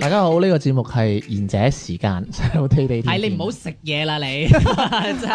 大家好，呢個節目係賢者時間， 我哋地哎係你唔好食嘢啦， 你 真啊！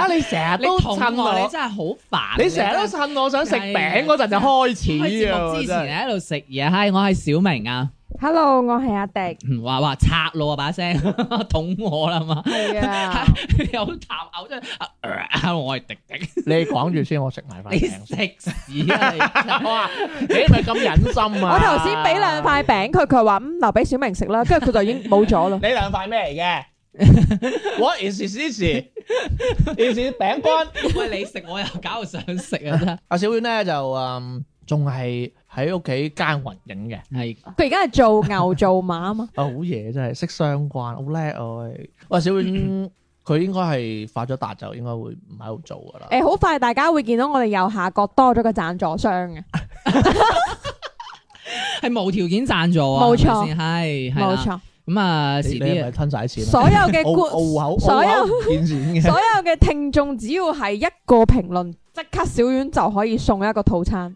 係你成日你都同襯我，你我，真係好煩。你成日真都係襯我想食餅係嗰陣就開開始節啊！目之真係前喺度食嘢，嗨，我係小明啊， Hello，我係阿迪，嗯哇哇拆路啊把聲， 捅我啦嘛， 係啊，有痰嘔真係啊 呃，我係迪 迪，你講住先，我食埋塊你餅先。食屎啊你真係！我話你係咪咁忍心啊！我頭先俾兩塊餅佢，佢話嗯留俾小明食啦，跟住佢就已經冇咗啦。你兩塊咩嚟 嘅？What is this？is it 餅乾？喂你食我又搞到想食啊真係阿小婉咧就嗯仲係喺屋企耕雲 影嘅，係佢而家係做牛做馬啊嘛，啊好嘢真係識相關，好叻啊！喂，喂小婉佢應該係發咗達就應該會唔喺度做噶啦。 誒好快大家會見到我哋右下角多咗個贊助商嘅，係無條件贊助啊，冇錯係咪先係係冇啦錯，咁啊你遲你係啲咪啊吞晒錢啊？所有 嘅澳觀，澳口所有澳口唔見錢嘅所有嘅聽眾只要係一個評論，即刻小丸就可以送一個套 餐，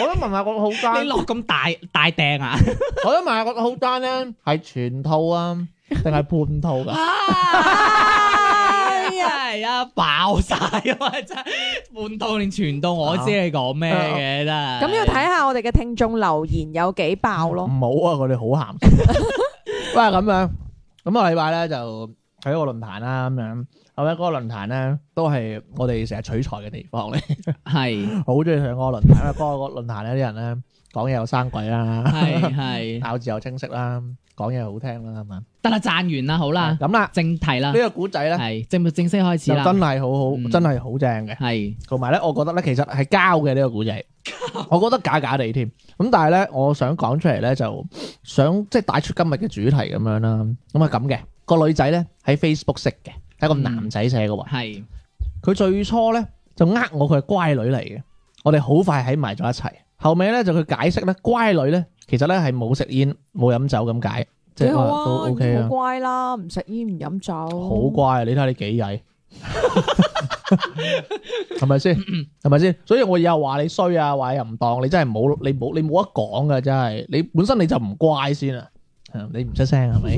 我想問下個好 單你，落咁大大掟 啊！我想問下個好單咧係全套啊，定係半套㗎？哎呀，爆晒啊！真係半套連全套，我知你講咩嘅真係。啊咁要睇下我哋嘅聽眾留言有幾爆唔咯。好啊！我哋好 鹹濕。喂，咁樣咁個禮拜咧就喺一個論壇啦，咁樣後尾嗰個論壇咧都係我哋成日取材嘅地方咧，係好中意上嗰個論壇，因為嗰個論壇咧啲人咧講嘢又生鬼啦，係係，咬字又清晰啦，講嘢又好聽啦，係嘛？得啦，讚完啦，好啦，咁啦，正題啦呢，個古仔咧係正正式開始就啦，真係好好，嗯真係好正嘅。係同埋咧，我覺得咧其實係膠嘅呢個古仔，我覺得假假地添。咁但係咧，我想講出嚟咧，就想即係帶出今日嘅主題咁樣啦。咁啊咁嘅個女仔咧喺 Facebook 識嘅，係一個男仔寫嘅喎。係佢、最初咧就呃我，佢係乖女嚟嘅。我哋好快喺埋咗一齊。後尾咧就佢解釋咧，乖女咧其實咧係冇食煙冇飲酒咁解，即係幾好啊都啊，已 OK 經好啊，乖啦，唔食煙唔飲酒，好乖啊！你睇下你幾曳。 係咪先？係咪先？所以我以後話你衰啊，話你淫蕩，你真係冇，你冇，你冇得講噶，真係。你本身你就唔乖先啊，係你唔出聲係咪？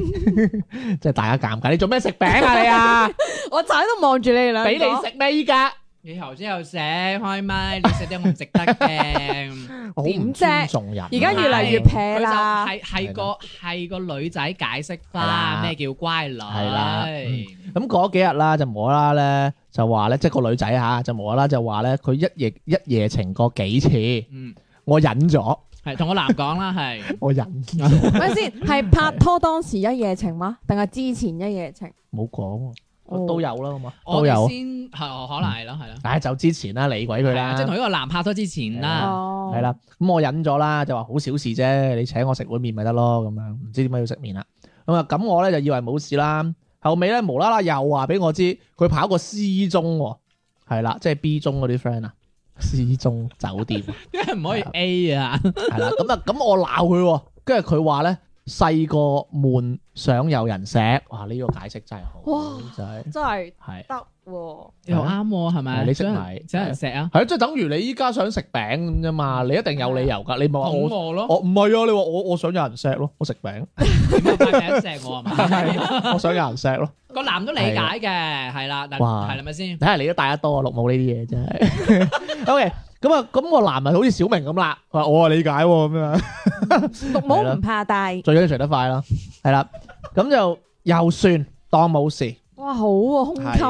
即係大家尷尬。你做咩食餅啊 你啊？我就喺度望住你哋兩個，俾你食咩依家？你頭先又寫開咪，你食啲我唔值得 嘅。我好唔點尊啫重人啊。而家越嚟越佢撇就啦。係係個係個女仔解釋係啦翻咩叫乖女，係啦嗯咁嗰幾日啦，就無啦啦咧，就話咧，即係個女仔嚇，就無啦啦就話咧，佢一夜一夜情過幾次，嗯，我忍咗，係同我男講啦，係。 我忍， 咪先，係拍拖當時一夜情嗎？定係之前一夜情？冇講哦喎，都有啦，好嘛，我都哋有。啊先係可能係咯，係咯，唉，就之前啦，理鬼佢係啊啦，即係同呢個男拍拖之前啦，哦，係，啦，咁我忍咗啦，就話好小事啫，你請我食碗麵咪得咯，咁樣唔知點解要食麵啦。咁啊，咁我咧就以為冇事啦，後尾咧無啦啦又話俾我知，佢跑過 C 中喎，係啦，即係 B 中嗰啲 friend 啊，C 中酒店啊因 為唔可以 A 啊，係啦，咁啊咁我鬧佢喎，跟住佢話咧細個悶想有人錫，哇呢個解釋真係好哇，真係真係係得喎。又啱喎，係係咪？你識想人埋想人錫啊，係啊即係等於你依家想食餅咁啫嘛，你一定有理由㗎，你咪話捅我我咯，我唔係啊，你話我我想有人錫咯，我食餅。點解塊餅錫 我係咪？我想有人錫咯。個男都理解嘅，係啦，但哇係啦咪先？睇下你都帶得多啊，綠帽呢啲嘢真係。OK，咁 啊，咁個男咪好似小明咁啦，話我啊理解喎咁樣，綠帽唔怕戴，最緊要除得快啦，係啦，咁就又算當冇事。哇，好喎，胸係襟。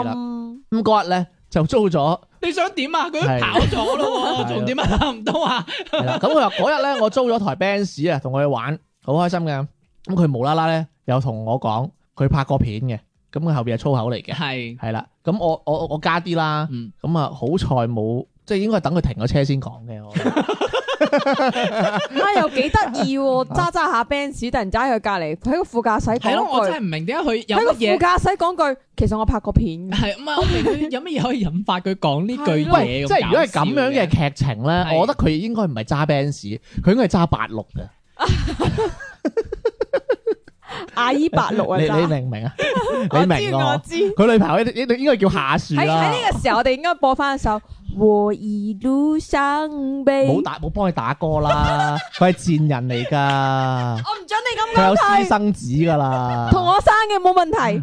咁嗰日咧就租咗，你想點啊？佢都係跑咗咯係喎，仲點啊？ 唔通話係啦，咁佢話嗰日咧我租咗台 Benz 啊，同佢去玩，好開心嘅。咁佢無啦啦咧又同我講佢拍過片嘅，咁佢後邊係粗口嚟嘅，係，係啦。咁我我我加啲啦，嗯，咁啊好彩冇，即係應該等佢停咗車先講嘅。我覺 得啊又幾得意 喎！揸揸下 Benz，突然揸去隔離，喺個副駕駛係咯，我講真係句，唔明點解佢有喺個乜副嘢駕駛講句，其實我拍過 片。 係唔係？我明佢有乜嘢可以引發佢講呢句係咯嘢喂，咁即係如果係咁樣嘅搞劇情咧，係我覺得佢應該唔係揸 Benz，佢應該係揸八六嘅。阿姨八六啊，你你揸明 唔明啊？我你知明我我？知。佢女朋友應應該叫夏樹喺啦。喺呢個時候，我哋應該播翻一首《和一路上悲》。冇打冇幫佢打 歌啦，佢係賤人嚟㗎，我唔准你咁佢有講私佢，生啊子㗎啦。同我生嘅冇問題，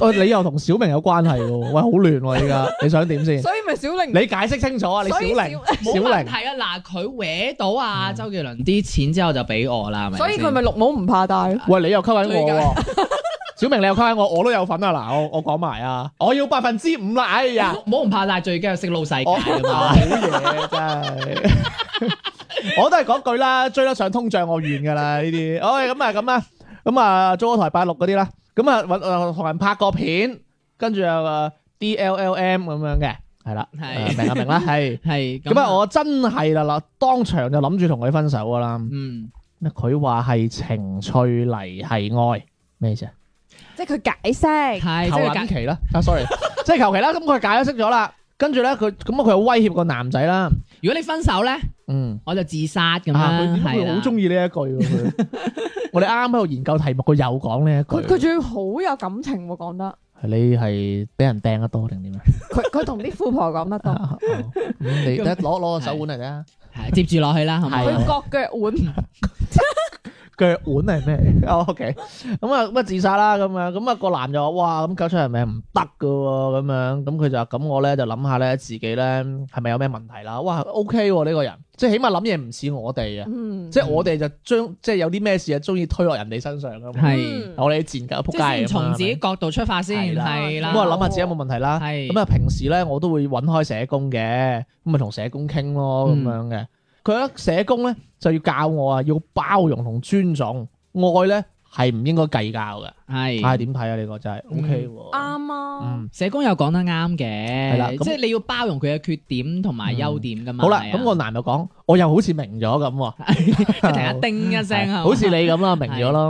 喂，你又同小明有關係喎？喂，好亂喎！依家你想點先？所以咪小玲。你解釋清楚嗯啊！你小所以玲，笑嘅冇小問題玲啊！嗱，佢搲到啊周杰倫啲錢之後就俾我啦，係咪所以佢咪先綠帽唔怕戴咯。喂，你又溝緊我喎，小明你又溝緊我，我都有份啊！嗱，我我講埋啊，我要百分之五啦！哎 呀， 冇唔怕，但係最緊要識撈世我界啊 好嘛。嘢真係，我都係嗰句啦，追得上通脹我完㗎啦呢啲。好，咁啊咁啊，咁啊租咗台八六嗰啲啦，咁啊揾呃同人拍個片，跟住又呃 DLLM 咁樣嘅，係啦，係呃明 啊明啦，係。係咁啊，我我真係啦啦，當場就諗住同佢分手噶啦。嗯咩佢話係情趣嚟係愛咩意思啊？即係佢解釋，係求即係撚其啦，啊 sorry，即係求其啦。咁佢解咗釋咗啦，跟住咧佢咁啊，佢又威脅個男仔啦。如果你分手咧，嗯，我就自殺咁啊，佢樣，點解係佢啦好中意呢一句喎？ 佢我哋啱啱喺度研究題目，佢又講呢一佢佢句。仲要好有感情喎，講得。係你係俾人掟得多定點 啊？佢佢同啲富婆講 得到，哦咁你咁得攞攞個手腕嚟睇啊！係接住落去啦，係咪？佢割腳 腕。腳腕係咩？ 哦，OK，咁啊，咁啊自殺啦，咁啊，咁啊個男就話：哇，咁搞出人命唔得噶喎，咁樣，咁佢就話咁我咧就諗下咧自己咧係咪有咩問題啦？哇，OK 喎呢個人，即係起碼諗嘢唔似我哋啊，嗯，即係我哋就將即係有啲咩事啊，中意推落人哋身上噶嘛，係，嗯我哋啲賤格仆即街係嚟先㗎嘛從自己角度出發先，係啦係啦。咁我諗下自己有冇問題啦。係咁啊，平時咧我都會揾開社工嘅，咁咪同社工傾咯咁嗯樣嘅。佢咧社工咧就要教我啊，要包容同尊重，愛咧係唔應該計較嘅。啊，係點睇啊？呢個真係 OK 喎。啱啊。嗯，社工又講得啱係啦嘅，咁即係你要包容佢嘅缺點同埋優點噶嘛。好啦，係啊咁個男就講，我又好似明咗咁喎，佢突然間叮一聲啊，好似你咁啦，明咗啦。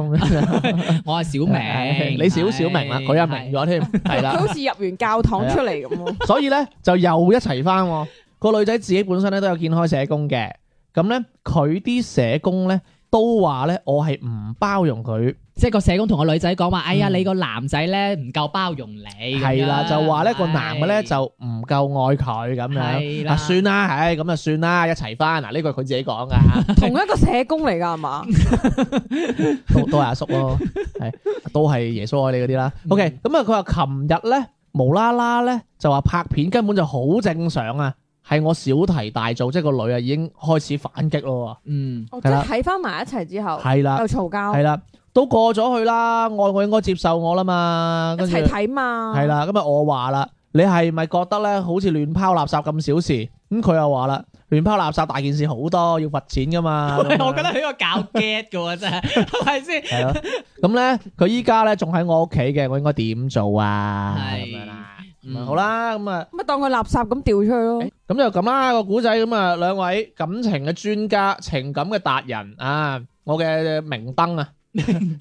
我係小明， 你少少明啦，佢又明咗添，係佢啦好。似入完教堂出嚟咁喎。所以咧就又一齊翻、喎。個女仔自己本身咧都有見開社工嘅，咁咧佢啲社工咧都話咧我係唔包容佢，即係個社工同個女仔講話，哎呀，嗯你個男仔咧唔夠包容你，係啦，就話咧個男嘅咧就係唔夠愛佢咁樣。係啦，嗱，算啦，唉，咁就算啦，一齊翻。嗱，呢句佢自己講噶，同一個社工嚟㗎係 嘛？都都係阿叔咯，係都係耶穌愛你嗰啲啦。OK，咁啊，佢話琴日咧無啦啦咧就話拍片根本就好正常啊，係我小題大做，即係個女啊已經開始反擊咯嗯，哦，係即啦係睇翻埋一齊之後喎，，係啦又。嘈交系，啦，都過咗去啦，愛我應該接受我啦嘛，一跟住齊睇嘛。係，啦，咁啊我話啦，你係咪覺得咧好似亂拋垃圾咁小事？咁佢又話啦，亂拋垃圾大件事好多，要罰錢噶嘛。喂咁 樣我覺得佢個搞 get 嘅喎，真係係咪先？ 係咯，咁咧佢依家咧仲喺我屋企嘅，我應該點做啊？係咁樣啦，咁啊嗯好啦，咁啊。咪當佢垃圾咁掉出去咯。咁就咁啦，個古仔咁啊，兩位感情嘅專家、情感嘅達人啊，我嘅明燈 啊，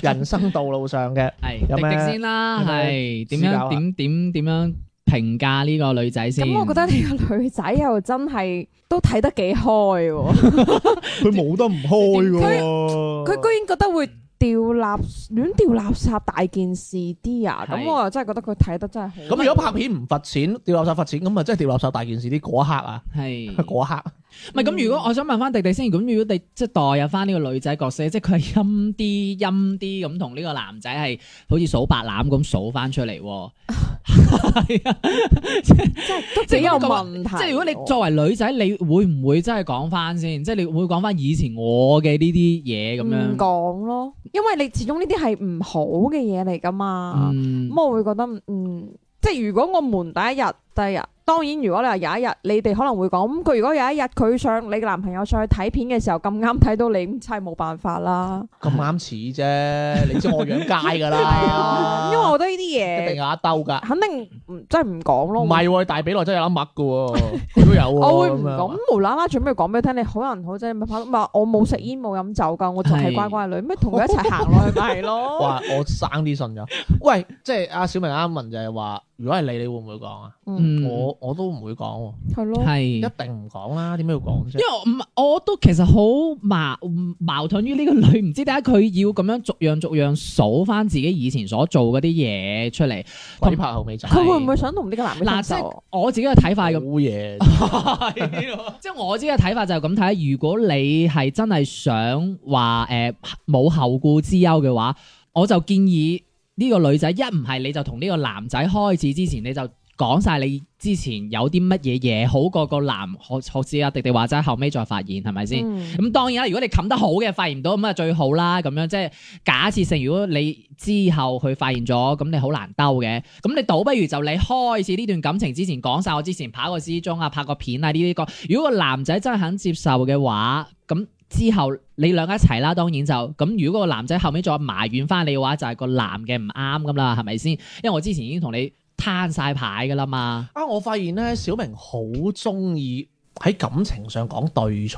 人生道路上嘅係有滴咩滴先啦，有咩係點指教啊樣點點點樣評價呢個女仔先？咁我覺得呢個女仔又真係都睇得幾開喎，佢冇得唔開㗎哦喎佢居然覺得會掉垃亂掉垃圾大件事啲啊！咁係我又真係覺得佢睇得真係好。咁如果拍片唔罰錢，掉垃圾罰錢，咁啊真係掉垃圾大件事啲嗰一刻啊，係。嗯嗰一刻唔係咁，如果我想問翻迪迪先，咁如果你即係代入翻呢個女仔角色，即係佢係陰啲陰啲咁，同呢個男仔係好似數白欖咁數翻出嚟喎。係啊，真係都幾有問題。即係如果你作為女仔，你會唔會真係講翻先？即係你會講翻以前我嘅呢啲嘢咁唔樣？講咯，因為你始終呢啲係唔好嘅嘢嚟噶嘛。嗯咁我會覺得，嗯，即係如果我瞞第一日低啊。當然，如果你話有一日，你哋可能會講，咁佢如果有一日佢上你男朋友上去睇片嘅時候咁啱睇到你，咁真係冇辦法啦。咁啱似 啫，你知我養街噶係啊啦，， 因為我覺得呢一啊定啲嘢有一兜噶。肯定唔真係唔講咯。唔係喎，大髀內真係有粒麥嘅喎， 佢都有喎。我會唔咁樣講，無啦啦最尾講俾佢聽，你好人好姐，咪拍唔係我冇食煙冇飲酒噶，我就係係乖乖女，咩同佢一齊行落去咪係咯。 哇！我生啲信咗。喂，即係阿小明啱問就係話，如果係你，你會唔會講啊？嗯，嗯，我我都唔會講喎，係咯，系一。定唔講啦。點解要講啫因？為我唔，我都其實好矛矛盾於呢個女，唔知點解佢要咁樣逐樣逐樣數翻自己以前所做嗰啲嘢出嚟。鬼拍後尾仔，佢會唔會想同呢個男嘅嗱，分即係手？我自己嘅睇法好係咁。嘢？即係我自己嘅睇法就係咁睇，如果你係真係想話誒冇後顧之憂嘅話，我就建議呢個女仔一唔係你就同呢個男仔開始之前你就。講晒你之前有啲乜嘢嘢好過個男，學學似阿迪迪話齋，後尾再發現係咪先？嗯咁當然啦，如果你冚得好嘅，發現唔到咁啊最好啦。咁樣即係假設性，如果你之後佢發現咗，咁你好難兜嘅。咁你倒不如就你開始呢段感情之前講晒我之前跑過私中啊、拍過片啊呢啲歌。如果個男仔真係肯接受嘅話，咁之後你兩個一齊啦，當然就咁。如果個男仔後尾再埋怨翻你嘅話，就係、個男嘅唔啱咁啦，係咪先？因為我之前已經同你攤晒牌噶啦嘛。啊！我發現咧，小明好中意喺感情上講對錯，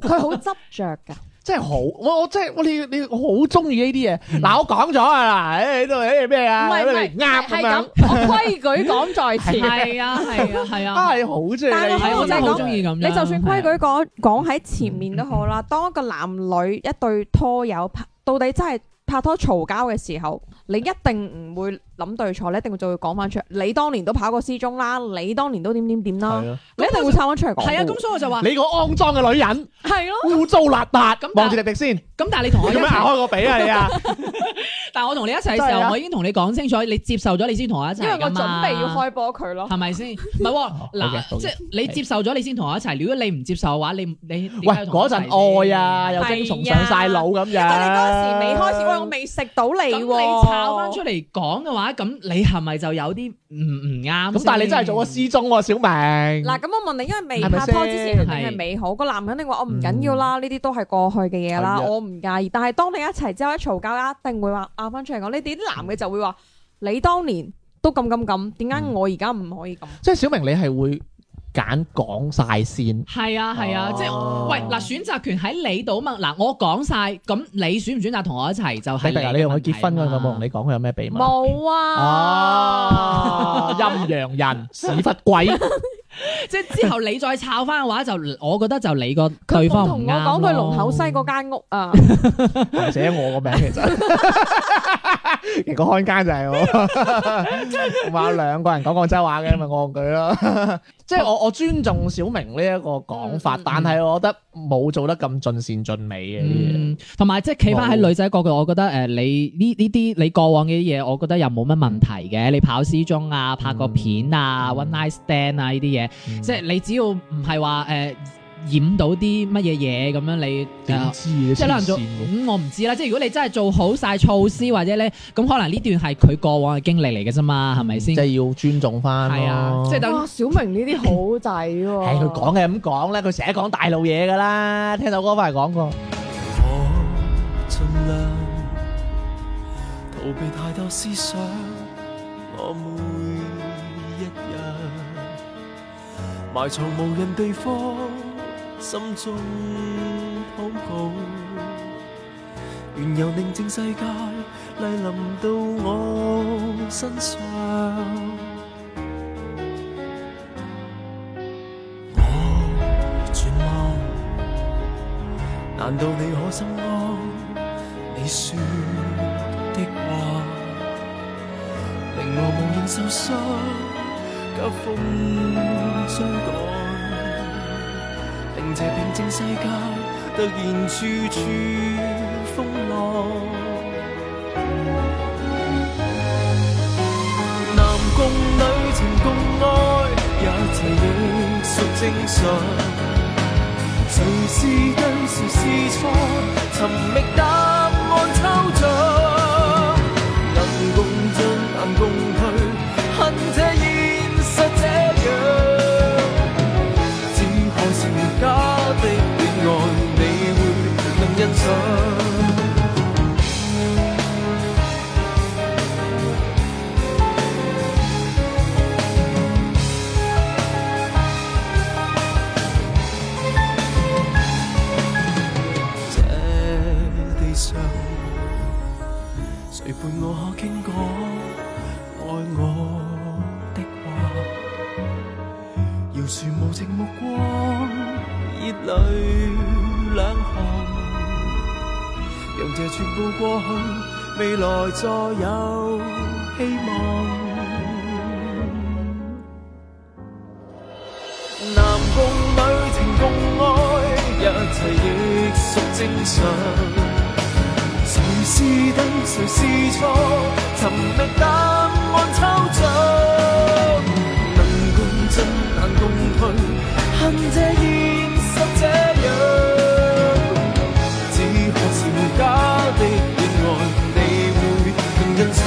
佢好執着㗎。真係好我我真係我你你我好中意呢啲嘢。嗱，我講咗啊，誒喺度誒咩唔係唔係啊，你啱係咁咁樣，我規矩講在前。係啊，係啊，係啊，你好中意呢但係啲我係嘢。我真係我好就中意咁樣。你就算規矩係啊，講講喺前面都好啦，當一個男女一對拖友拍，到底真係拍拖嘈交嘅時候，你一定唔會諗對錯，你一定就會講翻出嚟。你當年都跑過私中啦，你當年都點點點啦，係啊你一定會撐翻出嚟講。係啊，咁所以我就話。你個骯髒嘅女人。係咯，污糟邋遢咁，望住迪迪先，你咁但係你同我一做咩牙齊，開個髀啊你 啊？但係我同你一齊嘅真係時啊候，我已經同你講清楚，你接受咗你先同我一齊因為我㗎準嘛備要開波佢咯。係咪先？唔 係哦喎，好嘅嗱，即係你接受咗你先同我一齊。如果你唔接受嘅話，你你喂，嗰陣愛啊，又精蟲上晒腦咁樣。但你啊嗰陣時未開始，喂，我未食到你你喎。你炒翻出嚟講嘅話，咁你係咪就有啲唔唔啱先？咁，但係你真係做過私中喎，小明。嗱，咁我問你，因為未嗯係咪拍拖之前肯先定係美好，個男肯定話我哦唔緊要啦，呢啲都係過去嘅嘢係啦，啊我唔介意。但係當你一齊之後一嘈交，一定會話拗翻出嚟講。呢啲啲男嘅就會話你當年都咁咁咁，點嗯解我而家唔可以咁？即係小明，你係會揀講晒先。係啊係啊，即係哦喂嗱，選擇權喺你度嘛。嗱，我講晒，咁你選唔選擇同我一齊就係啊迪迪啊，你同佢結婚嗰陣有個冇同你講佢有咩秘密？冇啊，啊！陰陽人屎忽鬼， 即係之後你再炒翻嘅話，就我覺得就你個佢對冇方同唔我啱講佢咯龍口西嗰間屋 啊，或者我個名其 實，其實個看更就係我，同埋有兩個人講廣州話嘅，咪我戇佢咯。即係我我尊重小明呢一個講法嗯嗯，但係我覺得冇做得咁盡善盡美嘅呢嗯，同埋即係企翻喺女仔角度，我覺得誒、你呢呢啲你過往嘅啲嘢，我覺得又冇乜問題嘅。你跑私中啊，拍個片啊、嗯 o n e night stand 啊呢啲嘢，啲嘢。即係你只要唔係話誒染到啲乜嘢嘢咁樣，你點誒知即嘅係可能黐做嗯線喎咁我唔知啦。即係如果你真係做好晒措施，或者咧咁可能呢段係佢過往嘅經歷嚟嘅啫嘛，係咪先？即係要尊重翻。係啊，即係等哇！小明呢啲好仔喎，唉，佢講嘅咁講咧，佢成日講大路嘢噶啦，聽首歌翻嚟講過。我盡量逃避太多思想，我每一日埋藏無人地方，心中禱告，原由寧靜世界嚟臨到我身上。我絕望。難道你可心安？你說的話令我無形受傷，急風追趕，令這平靜世界突然處處風浪。男共女情共愛，一切亦屬正常。誰是對，誰是錯，尋覓答案抽象。能共進，能共退，恨這現實這樣。樹無情目光，熱淚兩行，讓這全部過去，未來再有希望。男共女情共愛，一切亦屬正常。誰是對，誰是錯，尋覓答案抽獎。能共進，難共退，恨這現實這樣。只可是回家的戀愛，你會更欣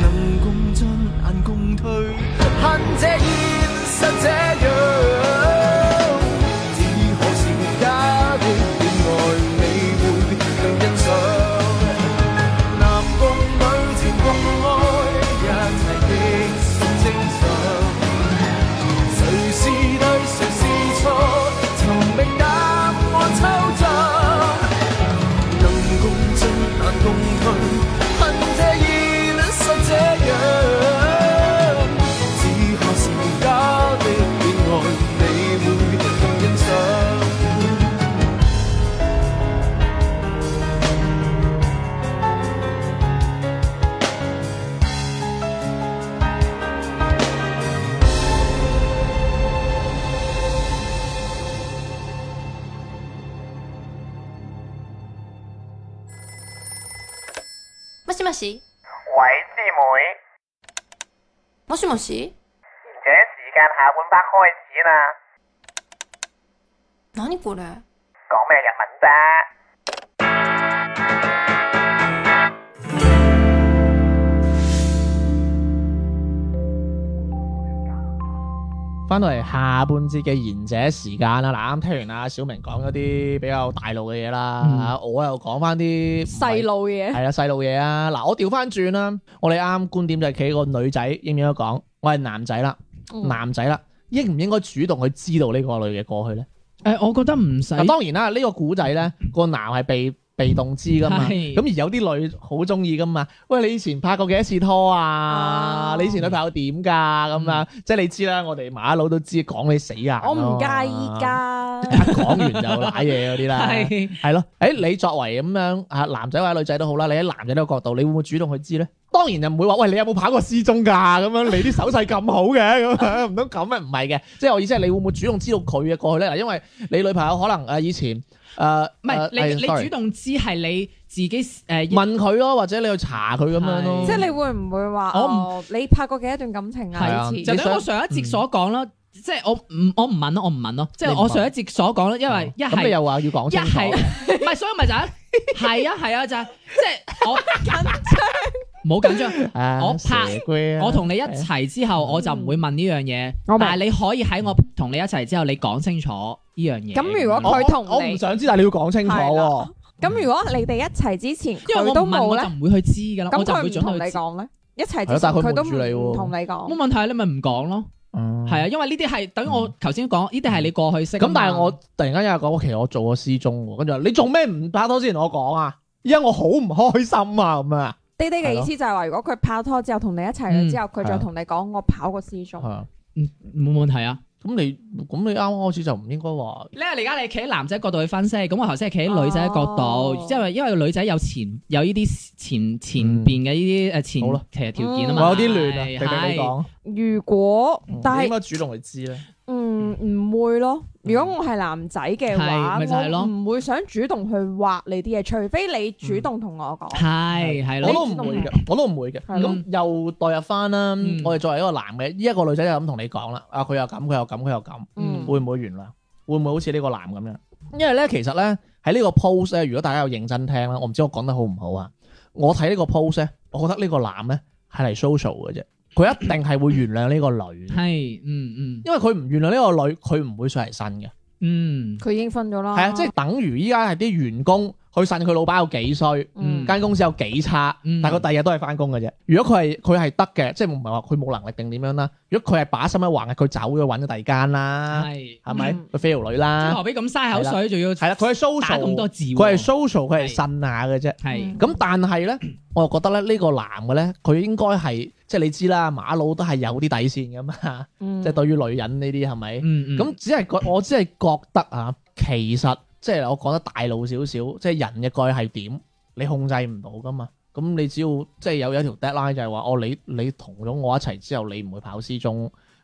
能共進，難共退，恨這現實這樣。只可是活家的戀愛，你會更欣賞。男共女情共愛，一切亦屬正常。誰是對，誰是錯，尋覓答案抽獎。能共進，難共退，恨這現實這樣。只可是家的戀愛，你會更欣賞。もしもし喂，師妹，もしもし而且時間下半 part 開始啦，何これ講咩日文啫？翻到嚟下半節嘅賢者時間啦，嗱啱聽完阿小明講一啲比較大路嘅嘢啦，嗯啊我又講翻啲細路嘢，係啦細路嘢啊，嗱我調翻轉啦，我哋啱觀點就係企個女仔應唔應該講，我係男仔啦，哦男仔啦，應唔應該主動去知道呢個女嘅過去咧？诶，我覺得唔使哎嗱，當然啦，呢、個古仔咧，個男係被被動知噶嘛，係咁而有啲女好中意噶嘛。喂，你以前拍過幾多次拖啊？哦你以前女朋友點㗎？咁啊，即係你知啦，我哋麻甩佬都知講你死硬啊。我唔介意噶。 講完就賴嘢嗰啲啦，係係咯。誒，你作為咁樣啊，男仔或者女仔都好啦，你喺男仔呢個角度，你會唔會主動去知咧？當然就唔會話，喂，你有冇跑過私中㗎？咁樣你啲手勢咁好嘅，咁樣唔通咁咩？唔係嘅，即係我意思係你會唔會主動知道佢嘅過去咧？嗱，因為你女朋友可能誒以前啊哎誒唔係你你主動動知係你自己诶，誒問佢咯，或者你去查佢咁樣咯嗯係。即係你會唔會話我唔哦？你拍過幾多段感情係啊啊？以前就等你想我上一節所講啦，即係我唔我唔問咯，我唔問咯，即你係唔我問哦上一節所講啦，因為一咁你係又話要講一清楚，係唔係，所以咪就係係啊係啊就係即係我緊張，冇緊張。我拍拍我同你一齊之後，我就唔會問呢樣嘢。我明但係你可以喺我同你一齊之後，你講清楚呢樣嘢。咁如果我佢同我唔你想知，但係你要講清楚係喎啦。咁，如果你哋一齊之前因為我佢唔都問，冇我就咧，唔會去知噶啦，咁我就佢會唔準同去你知。講咧，一齊係咯之前但係佢佢都瞞住你喎唔同你冇講。問題，你咪唔講咯。嗯係啊，因為呢啲係等於我頭先講，呢嗯啲係你過去式㗎咁嘛。但係我突然間有人講，我其實我做過私中喎，跟住話你做咩唔拍拖先同我講啊？依家我好唔開心啊咁啊！爹爹嘅意思就係話，如果佢拍拖之後同你一齊嗯咗之後，佢係啊再同你講我跑過私中，啊，嗯冇問題啊。咁你咁你啱啱開始就唔應該話咧，而家你企喺男仔角度去分析，咁我頭先係企喺女仔嘅角度哦，因為因為女仔有前有呢啲前前邊嘅呢啲誒呃前好啦其實條件啊嗯嘛，我有啲亂啊，嗯係迪迪你講，如果嗯但你係啊應該主動去知咧。嗯，唔會咯。如果我係男仔嘅係話，咪就係咯我唔會想主動去挖你啲嘢，除非你主動同我講。係係我咯，都唔會嘅，我都唔會嘅。係咯咁又代入翻啦嗯，我哋作為一個男嘅，依一個女仔就咁同你講啦，啊佢又咁，佢又咁，佢又咁，嗯會唔會原諒？會唔會好似呢個男咁樣？因為咧，其實咧喺呢個 post 咧，如果大家有認真聽啦，我唔知我講得好唔好啊。我睇呢個 post 咧，我覺得呢個男咧係嚟 social 嘅啫，佢一定係會原諒呢個女嘅，係嗯嗯因為佢唔原諒呢個女，佢唔會上嚟呻嘅。啊嗯佢已經分咗啦。係啊，即係等於依家係啲員工佢信佢老闆有幾衰，嗯間公司有幾差嗯，但係佢第日都係翻工嘅啫。如果佢係佢係得嘅，即係唔係話佢冇能力定點樣啦？如果佢係把心一橫嘅，佢走咗揾咗第二間啦，系，係咪嗯佢 fail 女即係啦何？必咁嘥口水，仲要啊係啦，佢係打咁多 social，字喎，佢係嗯 social，佢係係信下嘅啫。係嗯咁但係 咧，我又覺得咧呢個男嘅咧，佢應該係即係你知啦，馬佬都係有啲底線噶嘛，嗯即係對於女人呢啲係咪？嗯嗯咁只係覺，我只係覺得啊，其實即係我講得大路少少，即係人嘅概係點，你控制唔到噶嘛。咁你只要即係有有一條 deadline 就係話，哦，你你同咗我一齊之後，你唔去跑私鐘，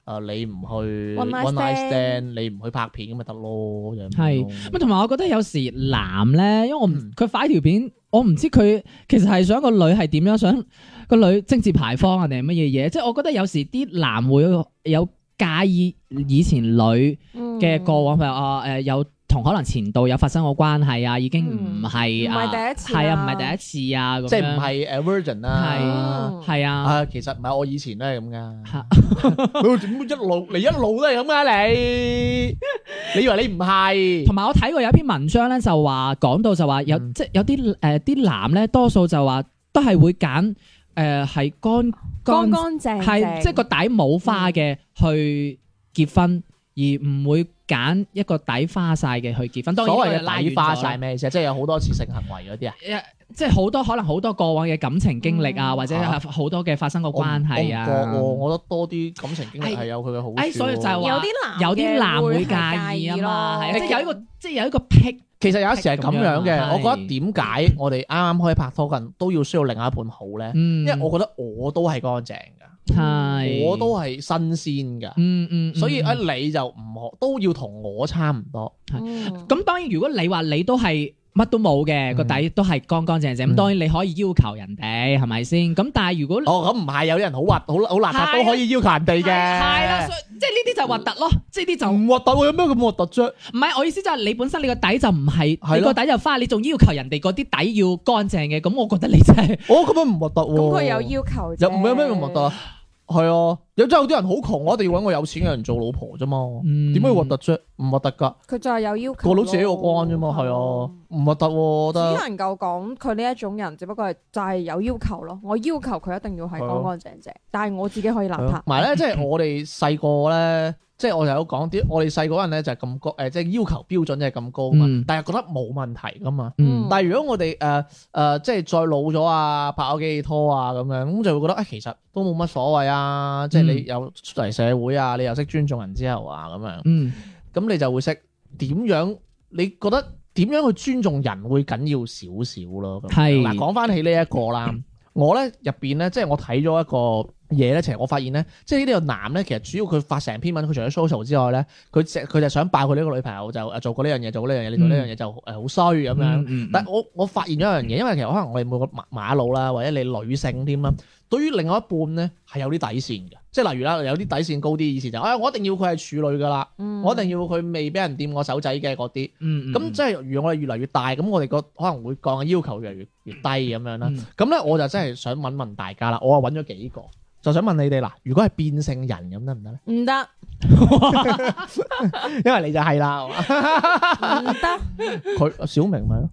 誒、你唔去 One night stand，你唔去拍片咁咪得咯，就係咁咁同埋，我覺得有時男咧，因為我唔嗯佢快條片，我唔知佢其實係想個女係點樣，想個女精緻牌坊啊定係乜嘢嘢？即係我覺得有時啲男會有介意以前女嗯嘅過往，譬如啊誒有同可能前度有發生過關係啊，已經唔係嗯啊，唔係第一次啦係啊，唔係第一次啊，咁即係啊唔樣係誒 virgin 啦、係係啊，啊，其實唔係，我以前都係咁嚇噶。佢點會一路 你一路都係咁噶你？你以為你唔係同？埋我睇過有一篇文章咧，就話講到就話有、嗯即係有啲誒啲男咧，多數就話都係會揀誒係乾乾乾乾淨係即係個底冇花嘅去結婚，而唔會揀一個底花晒嘅去結婚。當然所呢謂個拉嘅遠底咗花啦晒咩意思啊？即係有好多次性行為嗰啲啊？誒即係好多可能好多過往嘅感情經歷啊，或者係好多嘅發生過我唔關係啊。我唔覺喎，我覺得多啲感情經歷哎係有佢嘅好處哎喎。所以就係話有啲男有啲男會會係介意啊咯嘛，係啊即係有一個即係有一個癖，其實有時係咁樣咁樣啊嘅，我覺得點解我哋啱啱開始拍拖嗰陣都要需要另外一半好咧？嗯，因為我覺得我都係乾淨㗎，係我都係新鮮㗎，嗯嗯，嗯所以啊你就唔學都要同我差唔多。嗯咁當然，如果你話你都係乜都冇嘅，嗯個底都係乾乾淨淨，咁嗯當然你可以要求人哋係咪先？咁但係如果哦，咁唔係，有啲人好核好好垃係啊圾都可以要求人哋嘅。係啦，所以即係呢啲就核突咯，即係呢啲就唔核突，有咩咁核突啫？唔係我意思就係你本身你個底就唔係，係咯你個底就花，你仲要求人哋嗰啲底要乾淨嘅，咁我覺得你真係哦，咁樣唔核突喎。咁佢有要求啫，嗯又唔有咩咁核突啊？係啊，有真係有啲人好窮，啊我一定要揾個有錢嘅人做老婆啫嘛。嗯 點解核突啫？唔核突㗎，佢就係有要求個咯，佬自己個關啫嘛。係啊，唔核突喎，我覺得。只能夠講佢呢一種人，只不過係就係有要求咯。我要求佢一定要係係咯乾乾淨淨，但係我自己可以邋遢同。埋咧，即係我哋細個咧，即係我有講啲，我哋細嗰陣咧就係咁高，誒，即係要求標準就係咁高嘛嗯，但係覺得冇問題㗎嘛。嗯但係如果我哋誒誒即係再老咗啊，拍咗幾次拖啊咁樣，咁就會覺得啊、其實都冇乜所謂啊，即係你嗯有出嚟社會啊，你又識尊重人之後啊咁樣，嗯咁你就會識點樣？你覺得點樣去尊重人會緊要少少咯？咁樣係嗯嗱，講翻起呢一個啦，我咧入邊咧，即係我睇咗一個嘢咧，其實我發現咧，即係呢個男咧，其實主要佢發成篇文，佢除咗 social 之外咧，佢只佢就想爆佢呢個女朋友就誒做過呢樣嘢，做過呢樣嘢，你做呢樣嘢就誒好衰咁樣。嗯嗯但我我發現咗一樣嘢，因為其實可能我哋每個馬馬佬啦，或者你女性添啦，對於另外一半咧係有啲底線嘅，即係例如啦，有啲底線高啲，以前就啊、我一定要佢係處女噶啦，嗯我一定要佢未俾人掂我手仔嘅嗰啲，嗯咁即係如果我哋越嚟越大，咁我哋個可能會降嘅要求越嚟越越低咁樣啦嗯。咁咧、我就真係想問問大家啦，我啊揾咗幾個，就想問你哋嗱，如果係變性人咁得唔得咧？唔得因為你就係啦， 唔 得，佢小明咪咯，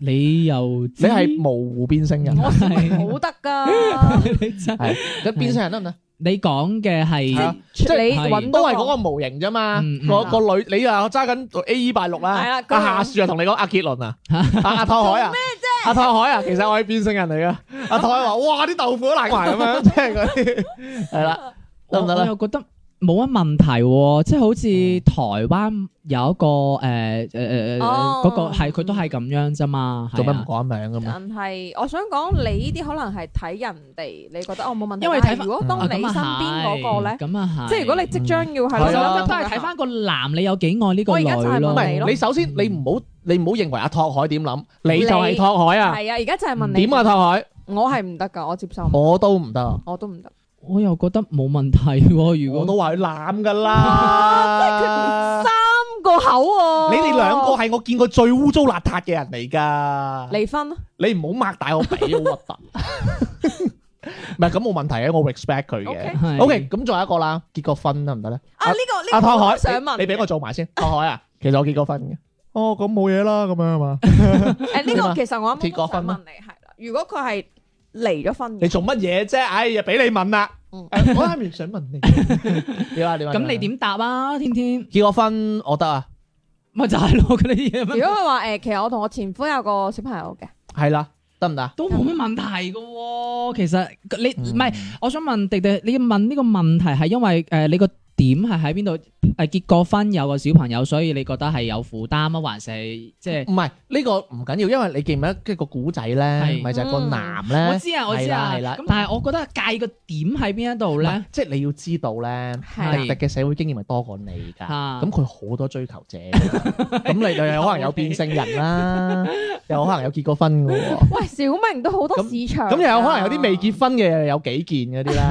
你又你知係模糊變性人，啊嗯我小明好得 㗎。 你真係係咁變性人得唔得？你講嘅係係啊你即係揾都多係嗰個個模型啫嘛嗯嗯，個個女你啊揸緊 A E 八六係啦啦，嗰個阿夏樹啊同你講阿 杰倫啊，阿阿拓海啊，阿拓海啊，其實我係變性人嚟嘅，阿拓海話哇啲豆腐都爛埋咁樣，即 係嗰啲係啦，得唔得我我咧？又覺得冇乜問題喎，即係好似台灣有一個誒誒誒誒哦嗰個係佢都係咁樣啫嘛，係啊做咩唔講名噶嘛？但係我想講，你呢啲可能係睇人哋，你覺得哦冇問題。因為睇但係返如果當嗯啊你身邊嗰個咧，咁啊係，即係如果你即將要係係我啊就我諗覺得都係睇翻個男你有幾愛呢個女我而家就係唔咯，問你係咯你首先你唔好你唔好認為阿拓海點諗，你就係拓海啊？係啊，而家就係問你點啊拓海？我係唔得㗎，我接受唔，我都唔得啊，我都唔得。我又覺得冇問題喎，如我果都話佢攬噶啦。三個口喎，你哋兩個係我見過最污糟邋遢嘅人嚟㗎。離婚啊啦，你唔好擘大我鼻，好核突。唔係咁冇問題嘅，我 respect 佢 OK 嘅。係 OK，咁仲有一個啦，結過婚得唔得咧？啊呢個呢阿個拓我海，都想你問，你俾我做埋先。拓海啊，其實我結過婚嘅，哦，咁冇嘢啦，咁樣係嘛？ 诶，呢個其實我啱結啊啱過都婚想咩問你係啦，如果佢係離咗婚你嘅，做乜嘢啫？哎呀，俾你問啦。嗯 哎我啱啱想問你，點啊？點啊？咁你？點答啊？天天結過婚我得啊，咪就係咯，佢啲嘢如果佢話诶，誒其實我同我前夫有個小朋友嘅，係啦，得唔得啊？都冇咩問題嘅喎。其實你唔係，我想問迪迪，你問呢個問題係因為誒你個點係喺邊度？誒結過婚有個小朋友，所以你覺得係有負擔啊，還是係即係？唔係呢個唔緊要，因為你記唔記得即係個古仔咧，係咪就係個嗯男我咧。知啊，我知係啦係啦啊啊，咁但係我覺得界個點喺邊一度唔係咧？即係你要知道咧，係啊迪迪嘅社會經驗係多過你㗎，啊咁佢好多追求者㗎， 咁你又有可能有變性人啦，又有可能有結過婚㗎喎。喂，小明都好多咁市場㗎，咁又有可能有啲未結婚嘅有幾件嗰啲啦，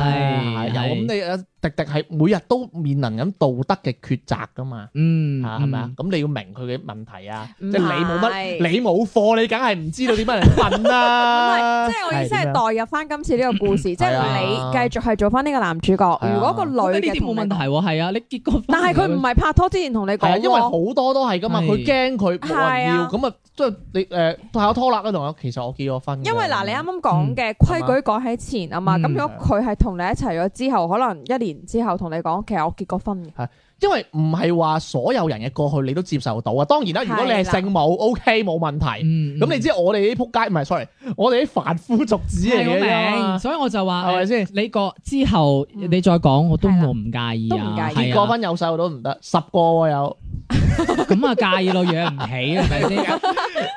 係係有咁你啊迪迪係每日都面臨緊道德嘅抉擇噶嘛，嗯，嚇係咪啊？咁你要明佢嘅問題啊，即唔係係你冇乜你冇貨，你梗係唔知道點樣嚟瞓 啦。即係我意思點係樣代入翻今次呢個 故事，即係係啊你繼續係做翻呢個男主角。啊如果個我女覺得嘅呢啲同冇你問題講，喎，係啊，你結過婚，但係佢唔係拍拖之前同你係啊，講因為好喎，多都係噶嘛，係佢驚佢冇人要，係啊咁啊，即係你誒拍咗拖啦，跟住同我其實我結咗婚㗎。因為嗱，你啱啱講嘅規矩改喺前啊嘛，嗯咁如果佢係同你一齊咗之後，可能一年之後同你講，其實我結過婚嘅，因為唔係話所有人嘅過去你都接受到啊。當然啦，如果你係係啦聖母，OK 冇問題。嗯，嗯咁你知我哋啲仆街唔係，sorry，我哋啲凡夫俗子嚟係我嘅啫明，嘛，所以我就話啊呃係咪先？你個之後嗯你再講，我都係啦我唔介意都唔啊，介係意啊結過婚有細路都唔得，十個喎有，咁啊介意咯，養唔起係咪先？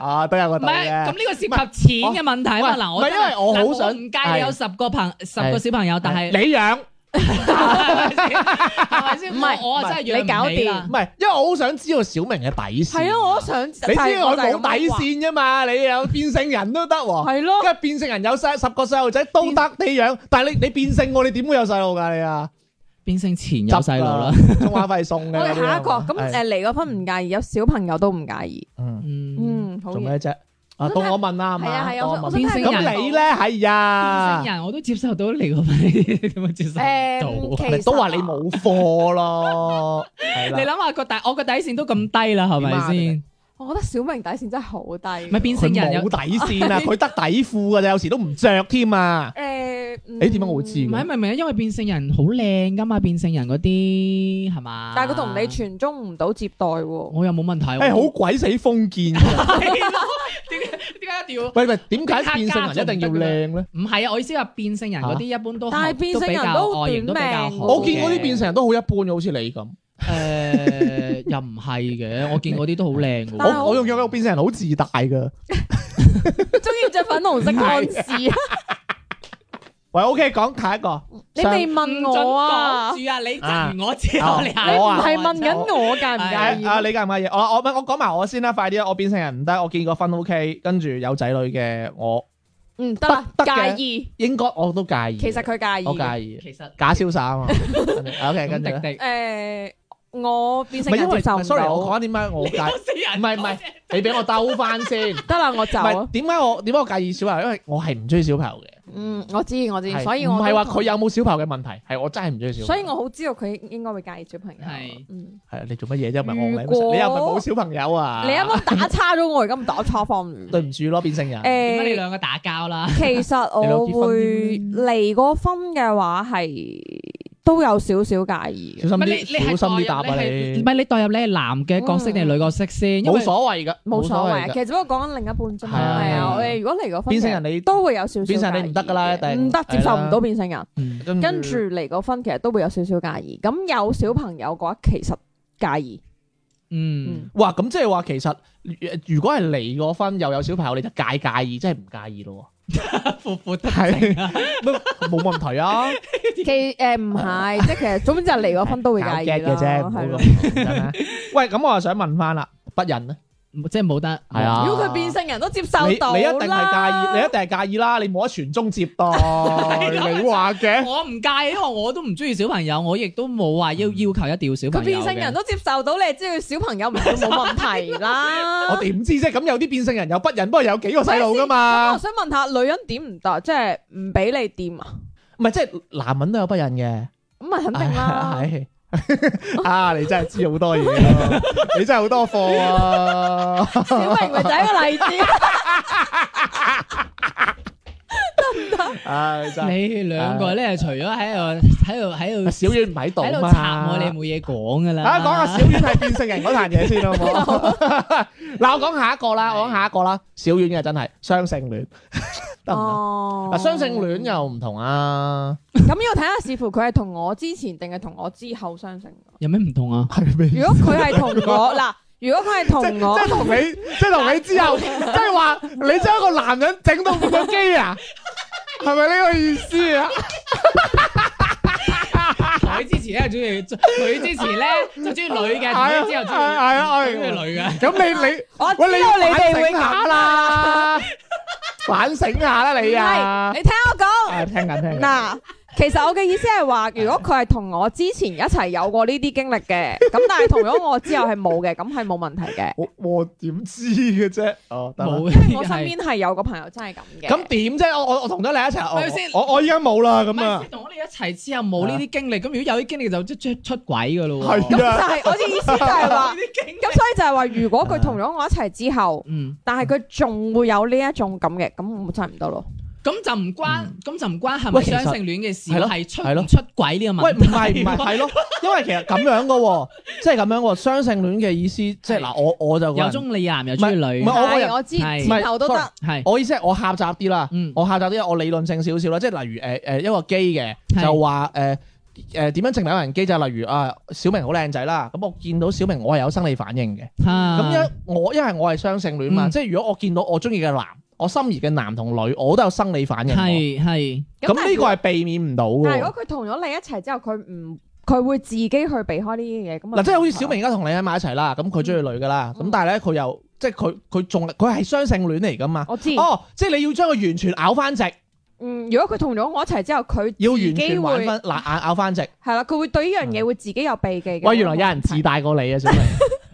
啊都有個唔底係，咁嘅。呢個涉及錢嘅問題啊嘛。嗱，我喂唔係真係因為我好嗱想唔介意有十個朋十係個小朋友，但係你養係咪先？唔係我我真係養你搞唔起啦唔係，因為我好想知道小明嘅底線。係啊，我都想你知你知我冇底，線啫嘛，你有變性人都得喎。係咯，跟住變性人有細十個細路仔都得你養，但係你你變性我，你點會有細路㗎你啊？變性前有細路啦。執啦，中話費送嘅。我哋下一個你咁係誒離咗婚唔介意，有小朋友都唔介意，嗯，嗯，嗯，好做嘢。咩啫？啊，到真係我問啦，係係啊嘛係啊，到我我想我問想變睇下性人佢咁你咧係啊變性，人我都接受到你個婚，點會接受唔誒，到啊？其實都話你冇 貨咯，係你啦。諗下個底，我個底線都咁低啦，係咪先？我覺得小明底線真係好低。唔係變佢性人有冇底 線啊，佢得底褲㗎咋，有時都唔着添嗯啊。誒，誒誒點解我會知唔嘅係明唔明？因為變性人好靚噶嘛，變性人嗰啲係嘛？但係佢同你傳宗唔到接代 喎。我又冇問題。誒，好我鬼死封 建㗎。係咯點解點解一定要？喂喂，點解變性人一定要靚咧？唔係啊，我意思話變性人嗰啲一般都但係變性人都比都較外形都比較哦好嘅。我見嗰啲變性人都好一般嘅，好似你咁。誒又唔係嘅，我見嗰啲都好靚嘅但係喎。我我仲有個變性人好自大㗎。中意着粉紅色安士啊！喂，OK，講啊下一個。 你未問我啊？唔唔準講住啊！你窒完我之後，啊你下一個我啊係問緊我介唔介意？啊，你介唔介意？我我我講埋我先啦，快啲啦！我變性人唔得，我結過婚 OK，跟住有仔女嘅我唔嗯得啦，得得嘅介意。應該我都介意嘅。其實佢介意。我介意嘅，其實假瀟灑啊嘛。OK，咁跟住迪咧迪，誒，我變唔性係因人為接受唔係唔，sorry，我到。講點解我介，我死啊人，唔係唔係，你俾我兜翻 先。唔得啦，我走啊。係點解我點解我介意小朋友？因為我係唔中意小朋友嘅，嗯，我知我知，係所以我唔係話都佢有冇小朋友嘅問題，係我真係唔中意小所朋以友。我好知道佢應該會介意小朋友。係嗯，係啊你做乜嘢啫？唔係我如果你又唔係冇小朋友啊？你啱啱打叉咗我，而家唔打叉方亂。對唔住啊咯，變性人。點解你誒，兩個打交啦？其實我會離過婚嘅話係都有少少介意嘅，小心唔係你啲，係小心啲代答入啊係你唔。係你代入你係男嘅角色嗯定係女角色先？因冇為所謂噶，冇所謂。啊㗎其。實只不過講緊另一半啫嘛。係啊係係啊啊，我哋如果離過婚嘅，變性人你都會有少少變性人你唔得㗎介啦意嘅一定唔得接受唔到變性人。嗯跟住離過婚其實都會有少少介意。咁有小朋友嘅話，其實介意。嗯，哇，咁即係話其實呃如果係離過婚又有小朋友，你就介介意，真係唔介意咯闊闊喎。得係乜 冇問題啊，其誒唔係，即係其實總之就係離過婚 都會搞介意 gag 啦嘅啫，唔好係咁咯講真啦。喂，咁我又想問翻啦，不啊孕咧，即係冇得係啊如果佢變性人都接受你到你一定係啦介意，你一定係介意啦，你冇得傳宗接 代，啊你話嘅。我唔介，因為我都唔中意小朋友，我亦都冇話嗯要要求一定要小佢朋友變嘅。性人都接受到，你知佢小朋友唔 會冇問題我啦。點知啫？咁有啲變性人有不孕，不過有幾個細路噶咁我嘛，想問下，女人點唔得？即係唔俾你掂啊？唔係即係男人都有不孕嘅，咁啊，肯定啦。係係啊，你真係知好多嘢咯，你真係好多貨啊！小明咪就係一 個例子。唉，真係你兩個咧，除咗喺度喺度喺度小丸唔喺度喺度嘛？插我，你冇嘢講噶啦。啊，講下小丸係變性人嗰壇嘢先好唔好？嗱，我講下一個啦，我講下一個啦，小丸嘅真係雙性戀，得唔得？哦嗱，雙性戀又唔同啊，咁要睇下視乎佢係同我之前定係同我之後相性。有咩唔同啊？係咩？如果佢係同 我嗱，如果佢係即同我即，係同你，即係同你之 後，即係話你將一個男人整到變咗基啊？係咪呢個意思啊？佢之前咧中意，佢之前咧就中意女嘅，係自己之後係係啊中意中係啊意女嘅。咁你你我喂知道你哋反會省下啦，反省下啦你啊！係你聽我講啊聽緊聽緊嗱。其實我嘅意思係話，如果佢係同我之前一齊有過呢啲經歷 嘅，咁但係同咗我之後係冇嘅，咁係冇問題嘅。我我點知嘅啫？哦，得啦。冇因為我身係邊係有個朋友真係咁嘅。咁點啫？我我我同咗你一咪先齊，我我我我依家冇啦咁咪啊先，同我哋一齊之後冇呢啲經歷，咁如果有啲經歷就即即出軌噶咯喎。係就啊，係我嘅意思就係話 呢，啲經歷咁所以就係話，如果佢同咗我一齊之後，嗯，但係佢仲會有呢一種咁嘅，咁我真係唔得咯。咁就唔關，咁就唔關係咪喂其實雙性戀嘅事，係咯係出係咯唔出軌呢個喂問唔題。係唔係係咯，因為其實咁樣噶喎，即係咁樣喎，雙性戀嘅意思即係嗱，我我就個人有中意男又中意女唔，係我個人係我知係前後都唔係得。係 我意思係我狹窄啲啦，嗯我狹窄啲，我理論性少少啦，即係例如誒誒一個基嘅係就話誒誒點樣證明有人基就係例如啊小明好靚仔啦，咁我見到小明我係有生理反應嘅，咁咁因為我因為我係雙性戀嘛，啊嗯即係如果我見到我中意嘅男，我心儀嘅男同女，我都有生理反應喎，係係咁但係呢個係避免唔到但係嘅如。果佢同咗你一齊之後，佢唔佢會自己去避開呢啲嘢咁啊嗱，即係好似小明而家同你喺埋一齊啦，咁佢中意女噶啦，咁嗯但係咧佢又即係佢佢仲佢係雙性戀嚟噶嘛？我知，哦，即係你要將佢完全咬翻直，嗯，如果佢同咗我一齊之後，佢要自完己全玩會翻嗱咬咬翻直。係啦，佢會對呢樣嘢會自己有避忌嘅。嗯喂，原來有人自大過你啊，小明。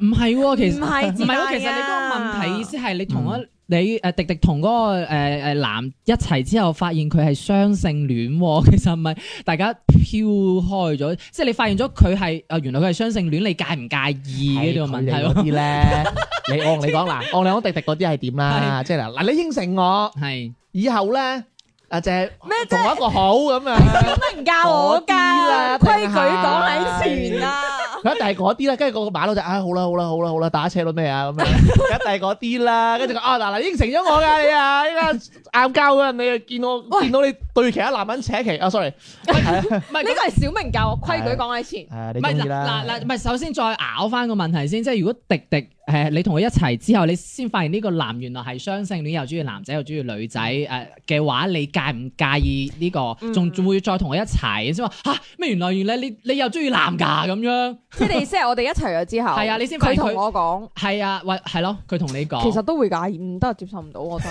唔係喎，其實唔係啊自唔係喎，大其實你嗰個問啊題意思係你同一嗯你誒迪迪同嗰個誒誒男一齊之後，發現佢係雙性戀喎，其 實唔係大家飄開咗，即係你發現咗佢係啊原來佢係雙性戀，你介唔介意呢個問題係佢哋喎？嗰啲咧，你我同你講嗱，我同你講迪迪嗰啲係點啦，即係嗱嗱，你應承我係以後咧，阿姐同我一個好咁樣，乜人教我㗎？嗰啲啦規矩講喺前啊！佢一定係嗰啲啦，跟住個馬佬就唉好啦好啦好啦好啦，打車輪咩啊咁樣， 一定係嗰啲啦，跟住佢啊嗱嗱應承咗我㗎你啊，依家嗌交嗰陣你又見我見到你對其他男人扯旗啊，sorry，係啊唔係呢個係小明教我規矩講喺前。係啊唔你係中嗱意啦嗱，嗱，唔係首先再拗翻個問題先，即係如果迪迪誒你同佢一齊之後，你先發現呢個男原來係雙性戀，又中意男仔又中意女仔嗯誒嘅話，你介唔介意呢、個？嗯仲仲會再同佢一齊先話吓咩？原來原來你你又中意男㗎咁樣，即係你意思係我哋一齊咗之後，係啊你先發佢現佢同我講，係啊，喂係咯，佢同你講，其實都會介意，唔得接受唔到，我覺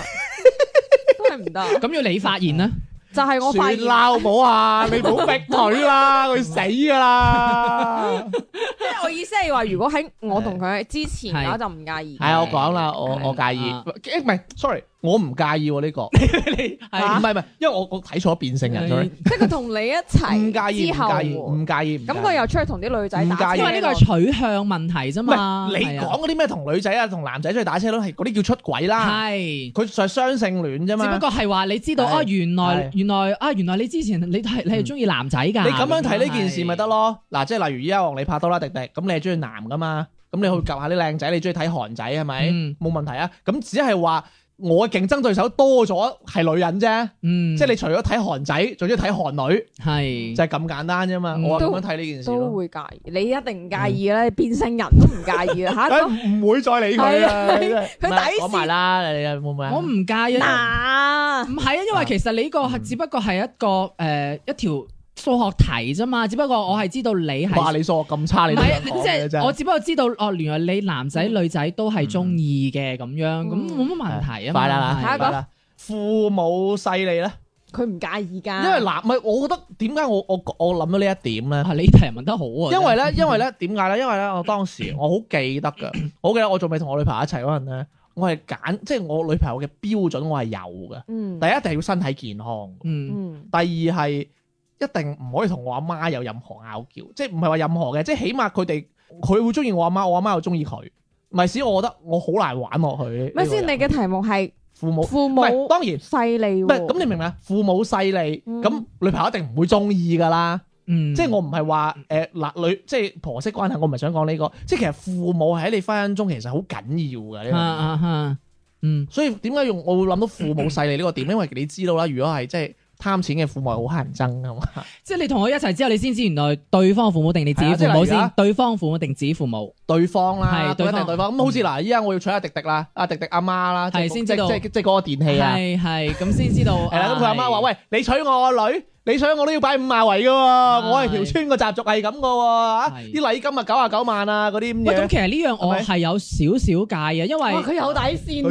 得 都係唔得。咁要你發現啦，就係我發算現，啦好唔好啊，你唔好逼佢啦，佢死㗎啦。即係我意思係話，如果喺我同佢之前係嘅話，就唔介意系。啊我講啦，我係我介意，啊誒唔係，sorry，我唔介意喎呢個，唔你係係唔係，因為我我睇錯變性人咗，即係佢同你一唔介齊意，之後唔，介意，唔介意，唔咁介意佢又出去同啲女仔唔介打意車，因為呢個係取向問題啫啊唔嘛，係你係啊講嗰啲咩同女仔啊、同男仔出去打車輪係嗰啲叫出軌啦，係。佢就係雙性戀啫只啊嘛不。過係話你知道係哦，原來係原來啊，原來你之前你係你係中意男仔㗎。你咁樣睇呢件事咪得咯？嗱，即係例如依家我同你拍拖啦，迪迪，咁你係中意男噶嘛？咁你去及下啲靚仔，你中意睇韓仔係咪？嗯冇問題啊。咁只係話我嘅競爭對手多咗係女人啫，嗯，即係你除咗睇韓仔，仲要睇韓女。係就係咁簡單啫嘛，嗯我係咁樣睇呢件事都咯。會介意。你一定唔介意嗯啦，變性人啊都唔介 意啦。下一誒個啊唔唔會再理佢啦，真係佢唔係啊底線講埋啦，你哋會唔會啊？我唔介意，唔嗱，係啊，因為其實你呢個嗯係只不過係一個誒一條數學題啫嘛，只不過我係知道你哇！係。你數學咁差，唔你都係，咁講嘅即真係我係。只不過知道哦，原來你男仔女仔都係中意嘅咁樣，咁冇乜問題啊嘛。嗯快啦係嗱，下一個快啦！父母勢利咧，佢唔介意㗎。因為嗱，唔係我覺得點解我我我諗到呢一點咧？啊，你呢題人問得好啊，因為咧，因為咧，點解咧？因為咧，我當時我好記得㗎，我記得我仲未同我女朋友一齊嗰陣咧，我係揀即係我女朋友嘅標準，我係有嘅。嗯第一一定係要身體健康，嗯，嗯第二係一定唔可以同我阿媽有任何拗撬，即係唔係話任何嘅，即係起碼佢哋佢會中意我阿媽，我阿媽又中意佢，咪使我覺得我好難玩落去呢。呢個咪先？你人嘅題目係父母父唔母係當然唔勢利係喎，咁，你明唔明啊？父母勢利，嗯咁女朋友一定唔會中意㗎啦。嗯，即係我唔係話誒嗱女，即係婆媳關係，我唔係想講呢個。即係其實父母喺你婚姻中其實好緊要嘅呢啊樣嘢。啊啊，嗯所以點解用我會諗到父母勢利呢個點？因為你知道啦，如果係即係貪錢嘅父母係好乞人憎噶嘛。即係你同佢一齊之後，你先知原來對方父母定你自己父係啊即係母例如啊先，對方父母定自己父母，對方啦，係對對方一嗯定對方。咁好似嗱，依家我要娶阿迪迪啦，阿迪迪阿媽啦，即係係先即知道即即即嗰個電器啊。係係咁先知道。係啦，咁佢阿媽話：係，喂，你娶我個女，你娶我都要擺五馬圍噶喎，係我係條村個習俗係咁噶喎，啊係啲禮金啊九啊九萬啊嗰啲咁喂，咁嘢。其實呢樣我係有少少戒嘅，因為哇佢有底佢線終於介意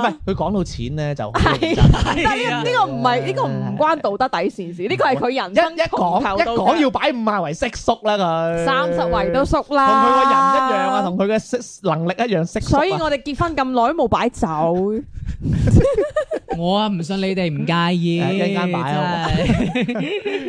啦，唔係佢講到錢咧就好認真。但呢個呢個唔係呢個唔關道德底線事，呢個係佢人生一一講從頭一到講腳要擺五馬圍識縮啦佢。三十圍都縮同佢個人啦，一樣啊，同佢嘅識能力一樣識熟啊。所以我哋結婚咁耐都冇擺酒。 我啊唔信你哋唔介 意，誒一陣間擺啊真係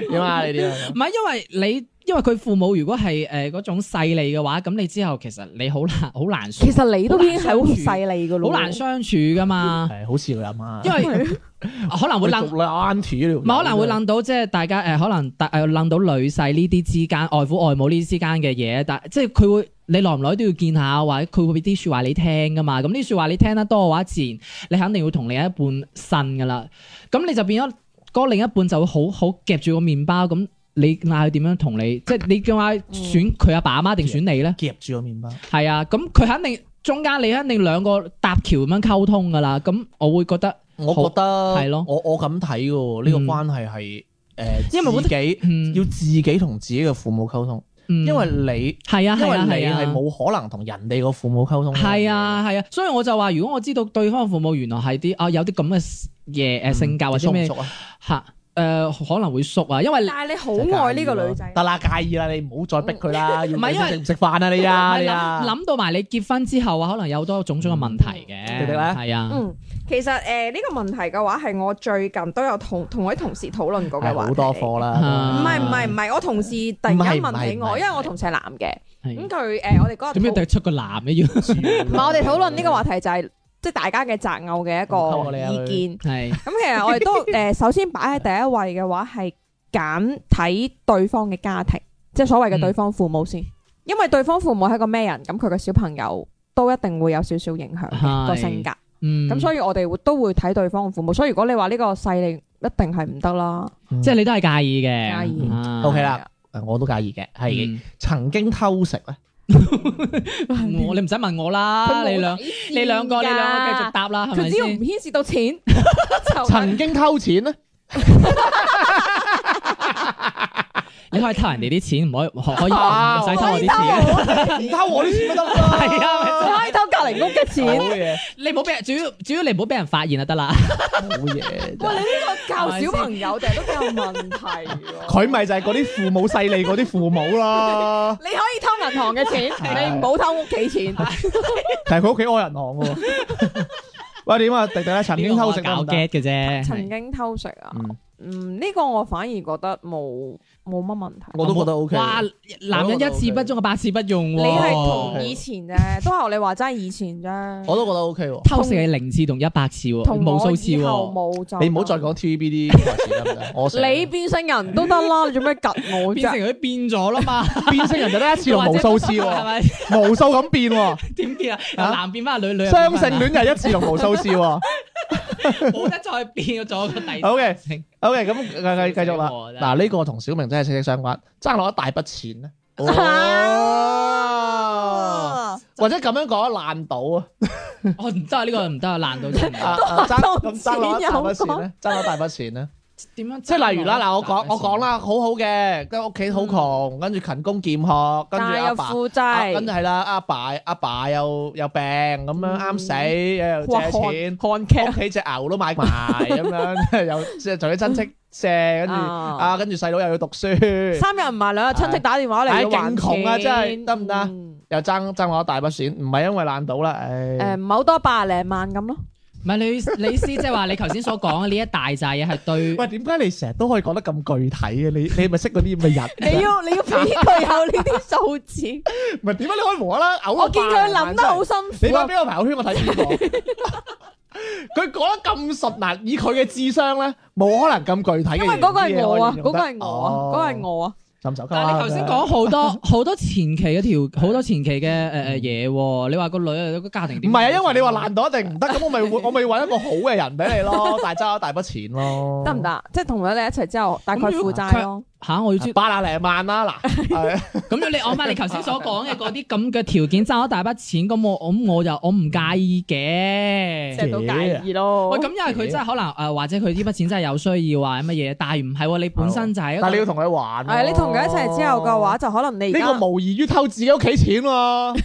點啊？你點啊？唔係因為你，因為佢父母如果係誒嗰種勢利嘅話，咁你之後其實你好難好難其實你都已經係好細利噶咯，好難相處噶嘛，係好似佢阿媽，因為可能會佢楞做。你 auntie 啊呢唔條係可友能會真係楞到即係大家誒、呃可能大誒楞到女婿呢啲之間、外父外母呢啲之間嘅嘢，但即係佢會你耐唔耐都要見下，或者佢會俾啲説話你聽噶嘛。咁呢啲説話你聽得多嘅話，自然你肯定會同另一半呻噶啦。咁你就變咗嗰另一半就會好好夾住個麵包咁。你嗌佢點樣同你，即係你叫嗌選佢阿爸阿媽定選你咧？夾住個麵包。係啊，咁佢肯定中間你肯定兩個搭橋咁樣溝通噶啦。咁我會覺得，我覺得係咯我我咁睇嘅喎，呢個嗯關係係誒，因為我自覺己嗯，要自己同自己嘅父母溝通，因因為你嗯係啊，因係為啊，係你啊係冇可能同人哋個父母溝通。係，啊，係啊，所以我就話，如果我知道對方父母原來係啲啊有啲咁嘅嗯嘢誒性格或者咩熟唔熟啊？嚇誒可能會縮啊，因為但係你好愛呢個女仔，得啦，介意啦，你唔好再逼佢啦。唔唔係因為食唔食飯啊？你啊，你啊，諗諗到埋你結婚之後啊，可能有好多種種嘅問題嘅，迪迪咧係啊，嗯，其實誒呢個問題嘅話係我最近都有同同位同事討論過嘅係話好題多課啦。唔啊係唔係唔係，我同事突然間問起唔係唔係唔嗯係我，因為我同事係男嘅，嗯咁係佢誒我哋嗰日點解討突出個男嘅要唔係我哋討論呢個話題就係即係大家嘅擇偶嘅溝過你啊一佢個意見。 係咁其實我 哋都誒、呃首先擺喺第一位嘅話係揀睇對方嘅家庭，即係所嗯謂嘅對方父母先，因為對方父母係一個咩人，咁佢嘅小朋友都一定會有少少影響嘅係 個性格。嗯咁所以我哋會都會睇對方嘅父母。所以如果你話呢個勢力一定係唔得啦，即係你都係介意嘅，介意啊 OK 啦，誒我都介意嘅，係嗯曾經偷食咧。我你唔使問我啦，啊你兩你兩個你兩個繼續答啦，係佢咪只要唔先？牽涉到 錢就曾經偷錢咧，你可以偷人哋啲錢，唔可以 可可以啊唔使偷我啲錢。唔偷我啲錢咪得咯。係啊可以偷隔離屋嘅錢。好嘢，你 唔好俾人，主要主要你唔好俾人發現就得啦。好嘢。喂，你呢個教小朋友定係都有問題喎。佢咪就係嗰啲父母勢利嗰啲父母咯，你可以偷銀行嘅 啊錢，你唔好偷屋企錢。但係佢屋企開銀行嘅喎。喂，點啊？迪迪咧曾經偷食呢個得我唔搞得 get 嘅啫。曾係經偷食啊嗯，嗯，呢個我反而覺得冇冇乜問題。我都覺得 O K。哇，男人一次不忠，百次不用你喎。係同以前啫，都係我哋話齋以前啫。我都覺得 O K 喎。偷食係零次同一百次喎，同無我數次以後喎。冇就你唔好再講 T V B 啲故事得唔得？我成日你變性人都得 啦，你做咩及我變成啫？佢變咗啦嘛，變性人就得一 次同無數次係喎，咪？無數咁變喎。點變啊？由啊男變翻女，女又雙變性返男戀又一次同無數次喎。冇得再變，咗個第 O K 性 O K，咁繼繼繼續啦。嗱，呢個同小明真係息息相關，爭落一大筆錢咧。啊哦，或者咁樣講爛賭啊！我唔得啊，呢個唔得啊，難到真係唔 啊得。啊爭同咁爭攞一錢大有筆錢關咧，爭攞大筆錢咧，點樣？即係例如啦，嗱，我講我講，啦，好好嘅，跟住屋企好窮，跟住勤工儉學，但跟住係阿又爸，負啊債跟住，係啦，阿爸阿爸又又病咁樣，啱死又嗯哇借錢，哦韓劇 屋企只牛都買埋咁樣， 又即係同啲親戚借，跟住啊啊，跟住細佬又要讀書，三日唔埋兩日，親戚打電話嚟唉要還勁窮啊錢真係得唔得嗯又爭爭攞一大筆錢，唔係因為爛賭啦，唉誒，唔係好多百零萬咁咯，唔係你你意思即係話你頭先所講嘅呢一大扎嘢係對喂，點解你成日都可以講得咁具體嘅？你你係咪識嗰啲咁嘅 你人？要你要俾佢有呢啲數字，唔係點解你可以無啦啦嘔個我見佢諗得好你辛苦發啊俾！我朋友圈，我睇邊個？ 佢講得咁實嗱，以佢嘅智商咧，冇可能咁具體嘅嘢。因為嗰個係我啊，呢啲嘢嗰個可以係用得哦我啊，嗰個係。我啊，浸手但係你頭先講好多好多前期嘅條，好多前期嘅誒誒嘢喎。你話個女啊個家庭唔點？係啊，因為你話爛到一定唔得，咁我咪會我咪揾一個好嘅人俾你 咯，但係爭一大筆錢咯，得唔？得？即係同咗你一齊之後，大概咁如負果債咯。嚇，我要 知。啊八廿零萬啦， 嗱，係咁樣你按翻你頭先所講嘅嗰啲咁嘅條件，爭咗大筆錢，咁我咁我就我唔介意嘅即。係都介意咯。喂，咁因為佢真係可能誒、呃或者佢呢筆錢真係有需要啊乜嘢，但係唔係喎，你本身就係一個但係你要同佢玩喎。係你同佢一齊之後嘅話，就可能你而家呢個無異於偷自己屋企錢喎。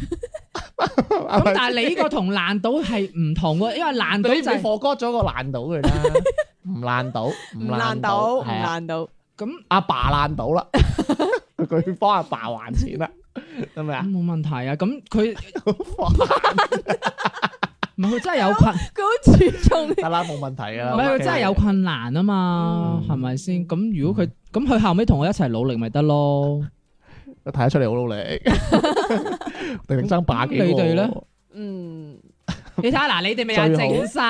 咁，但係你呢個同爛賭係唔同喎，因為爛你賭唔就係、貨割咗個爛到 佢啦，唔爛到，唔唔爛到，唔係啊爛到。咁 阿爸爛到啦，佢幫阿爸還錢啦，係咪啊？冇問題啊。咁佢好煩 唔係佢真係有困，佢好注重得啦，冇問題啊。唔係佢真係有困難啊嘛，係咪先？咁如果佢咁佢後尾同我一齊努力咪得咯。睇得出你好努力， 定定爭霸幾個咁你哋咧嗯，你睇下嗱，你哋咪又整晒，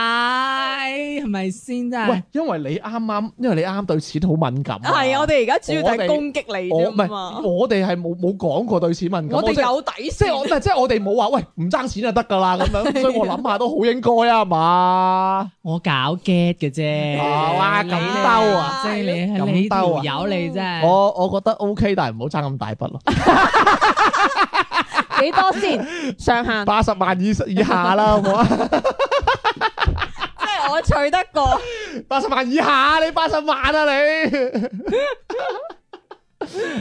係咪先真係喂？，因為你啱啱，因為你啱啱對錢好敏感。係啊，我哋而家主要就我哋係攻擊你我啫唔係嘛。我哋係冇冇講過對錢敏感。我即哋係有底即係線，我唔係即係我哋冇話喂唔爭錢就得㗎啦咁樣，所以我諗下都好應該啊係 嘛。我搞 get 嘅啫。哦哇咁兜啊即係你係你咁兜啊條友你真係。我我覺得 OK，但係唔好爭咁大筆咯，幾多先上限？八十萬以以下啦，好唔好啊？即係我取得過，八十萬以下，你八十萬啊你，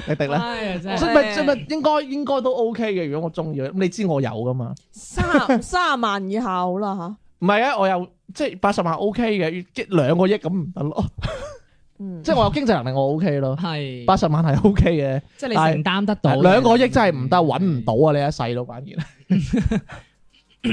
你定啦。哎呀真所係以咪所以咪應該應該都 OK 嘅，如果我中意，咁你知我有噶嘛？三三萬以下好啦吓。唔係啊，我有即係八十萬 OK 嘅，即兩個億咁唔得咯。嗯，即係我有經濟能力，我 OK 咯。係八十萬係 OK 嘅，即係你承擔得到兩個億真係唔得，揾唔到啊！你一世都關鍵。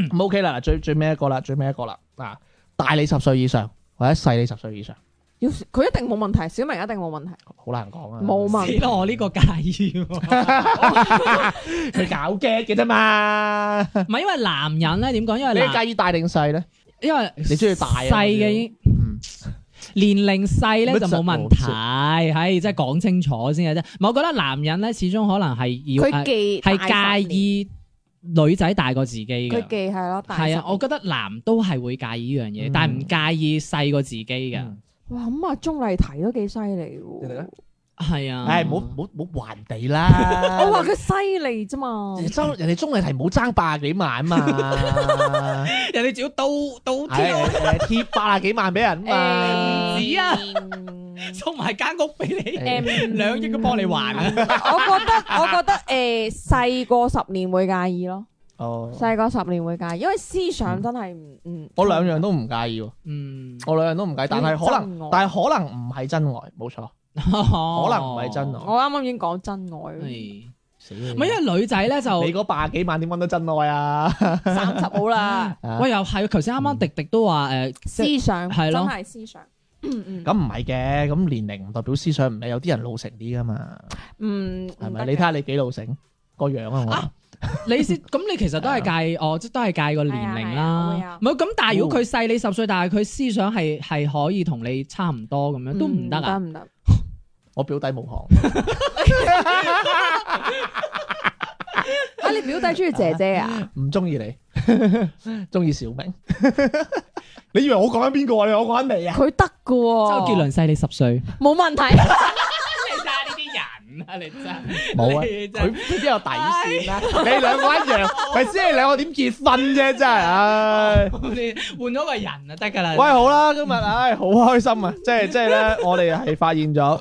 咁啊 OK 啦，嗱最最尾一個啦，最尾一個啦，嗱大你十歲以上或者細你十歲以上，要佢一定冇問題，小明一定冇問題，好難講啊。冇問死題。咯！我呢個介意喎，唔佢搞 get 嘅啫嘛。係因為男人咧點講？因為你男介意大定細咧？因為你中意大啊細嘅已經嗯年齡細咧乜就冇問題，係真係講清楚先嘅啫。唔係我覺得男人咧始終可能係要佢呃記大係十介年，意女仔大過自己佢嘅。記係咯，大係啊，十我覺得男都係會介意呢樣嘢，嗯但係唔介意細過自己嘅嗯。哇，咁啊，鐘麗緹都幾犀利你哋咧喎！係啊，唉，唔好唔好唔好還地啦。我話佢犀利啫嘛，人哋周人哋中嘅題冇爭八廿幾萬嘛， 人哋仲要倒倒係貼誒貼八廿幾萬俾人嘛。紙 啊，嗯送埋間屋俾你，誒兩億都幫你還啊！嗯我覺得我覺得誒細過十年會介意咯，哦，細過十年會介意，因為思想真係唔唔。我兩樣都唔介意喎，嗯，我兩樣都唔介意，但係可真能愛但係可能唔係真愛，冇錯，可能可能唔係真愛。我啱啱已經講真愛，係死唔係因為女仔咧就你嗰八廿幾萬點揾到真愛 啊？三十好啦，喂又係，頭先啱嗯啱迪迪都話呃誒， 思即係想係咯真係思想。嗯嗯，咁唔係嘅，咁年齡唔代表思想唔係，有啲人老成啲噶嘛，嗯係唔咪？得你睇下你幾老成個樣啊！我。你 先咁，你其實都啊係介意哦，即係都係介意個年齡係啊係啊會啊啦。唔係咁，但係如果佢細你十歲，但係佢思想係係可以同你差唔多咁樣，都嗯唔得啊！嗯唔得，我表弟冇行，啊你表弟中意姐姐 啊？唔中意你， 中意小明。 你以為我講緊邊個啊？你我講緊你啊？佢得噶周喎，杰倫細你十歲，冇問題，你真係呢啲人啊！你真冇 啊，你佢真邊有底線啊？ 你兩個 一樣，咪知你兩個點結婚啫？真係，唉，你換咗個人就得㗎啦。喂，好啦，今日唉好開心啊！即啊係即係咧，我哋係發現咗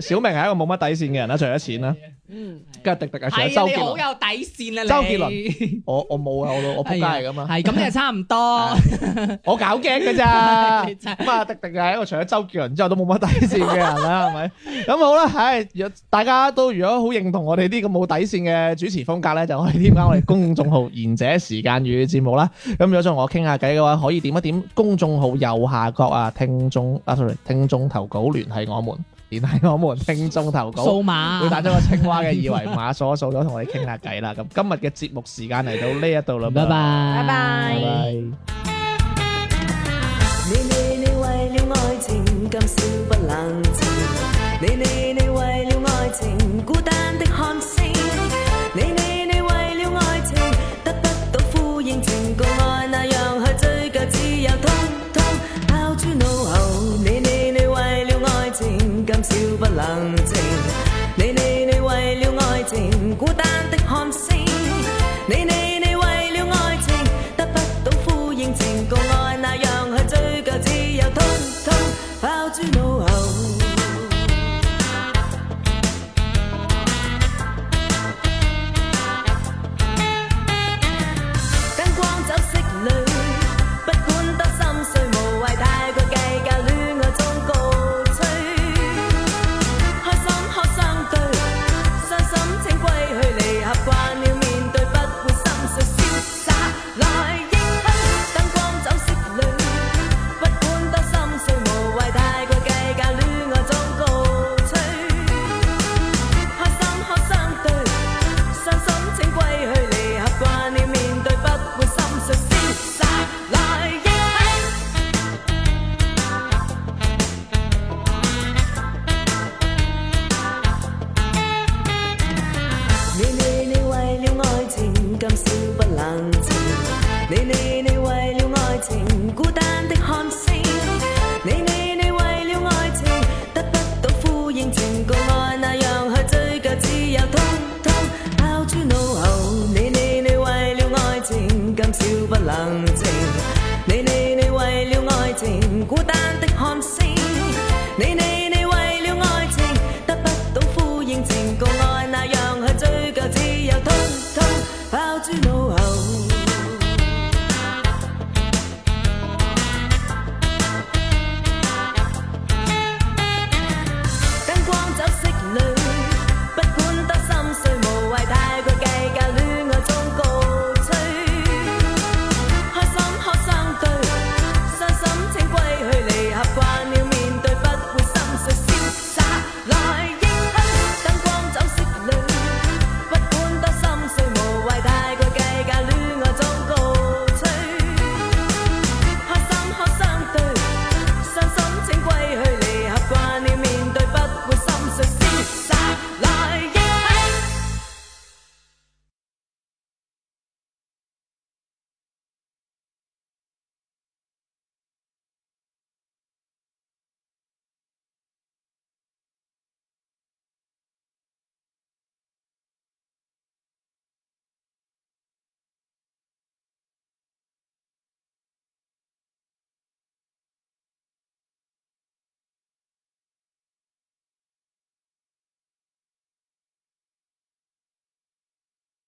小明係一個冇乜底線嘅人啦，除咗錢啦。嗯，噶，迪迪係係上啊周你杰好倫。有底線啊！你周杰 倫我我冇啊，啊我我仆街嚟噶嘛，係咁，你就差 唔多。係我搞驚噶 咋。你 真係咁啊，迪迪係一個除咗周杰倫之後都冇乜底線嘅人啦，係咪？咁好啦，唉，若大家都如果好認同我哋啲咁冇底線嘅主持風格咧，就可以添加我哋公眾號賢者時間與節目啦。咁如果想同我傾下偈嘅話，可以點一點公眾號右下角啊，聽眾啊，sorry，聽眾投稿聯繫我們，聯繫我們聽眾投稿。數碼會彈咗個青蛙嘅二維碼，掃一掃咗，同我哋傾下偈啦。咁今日嘅節目時間嚟到呢一度啦，拜拜，拜拜拜拜。你你你為了愛情今宵不冷靜，你你你為了愛情孤單的看星，你你你為了愛情得不到呼應，情告愛那樣去追究，只有通通拋諸腦後。你你你為了愛情今宵不冷靜，你你你為了愛情孤單的看星，你你你為了愛情得不到呼應，情告愛那樣去追究，只有通通拋諸腦後。燈光酒色裏，不管多心碎，無謂太過計較戀愛中告吹。開心可相對，傷心請歸去，離合慣了面對，不會心碎，瀟灑來應許。燈光酒色裏，不管多心碎，無謂太過計較戀愛中告吹。開心可相對，傷心請歸去，離合慣了面對，不會心碎，瀟灑來應許。你你你為了愛情今宵不冷靜，你你你為了愛情孤單的看星，你你你為了愛情得不到呼應，情告愛那樣去追究，只有通通拋諸腦後。你你你為了愛情今宵不冷靜，你你你為了愛情孤單的看星，你你你為了愛情得不到呼應，情告愛那樣去追究，只有通通拋諸腦後。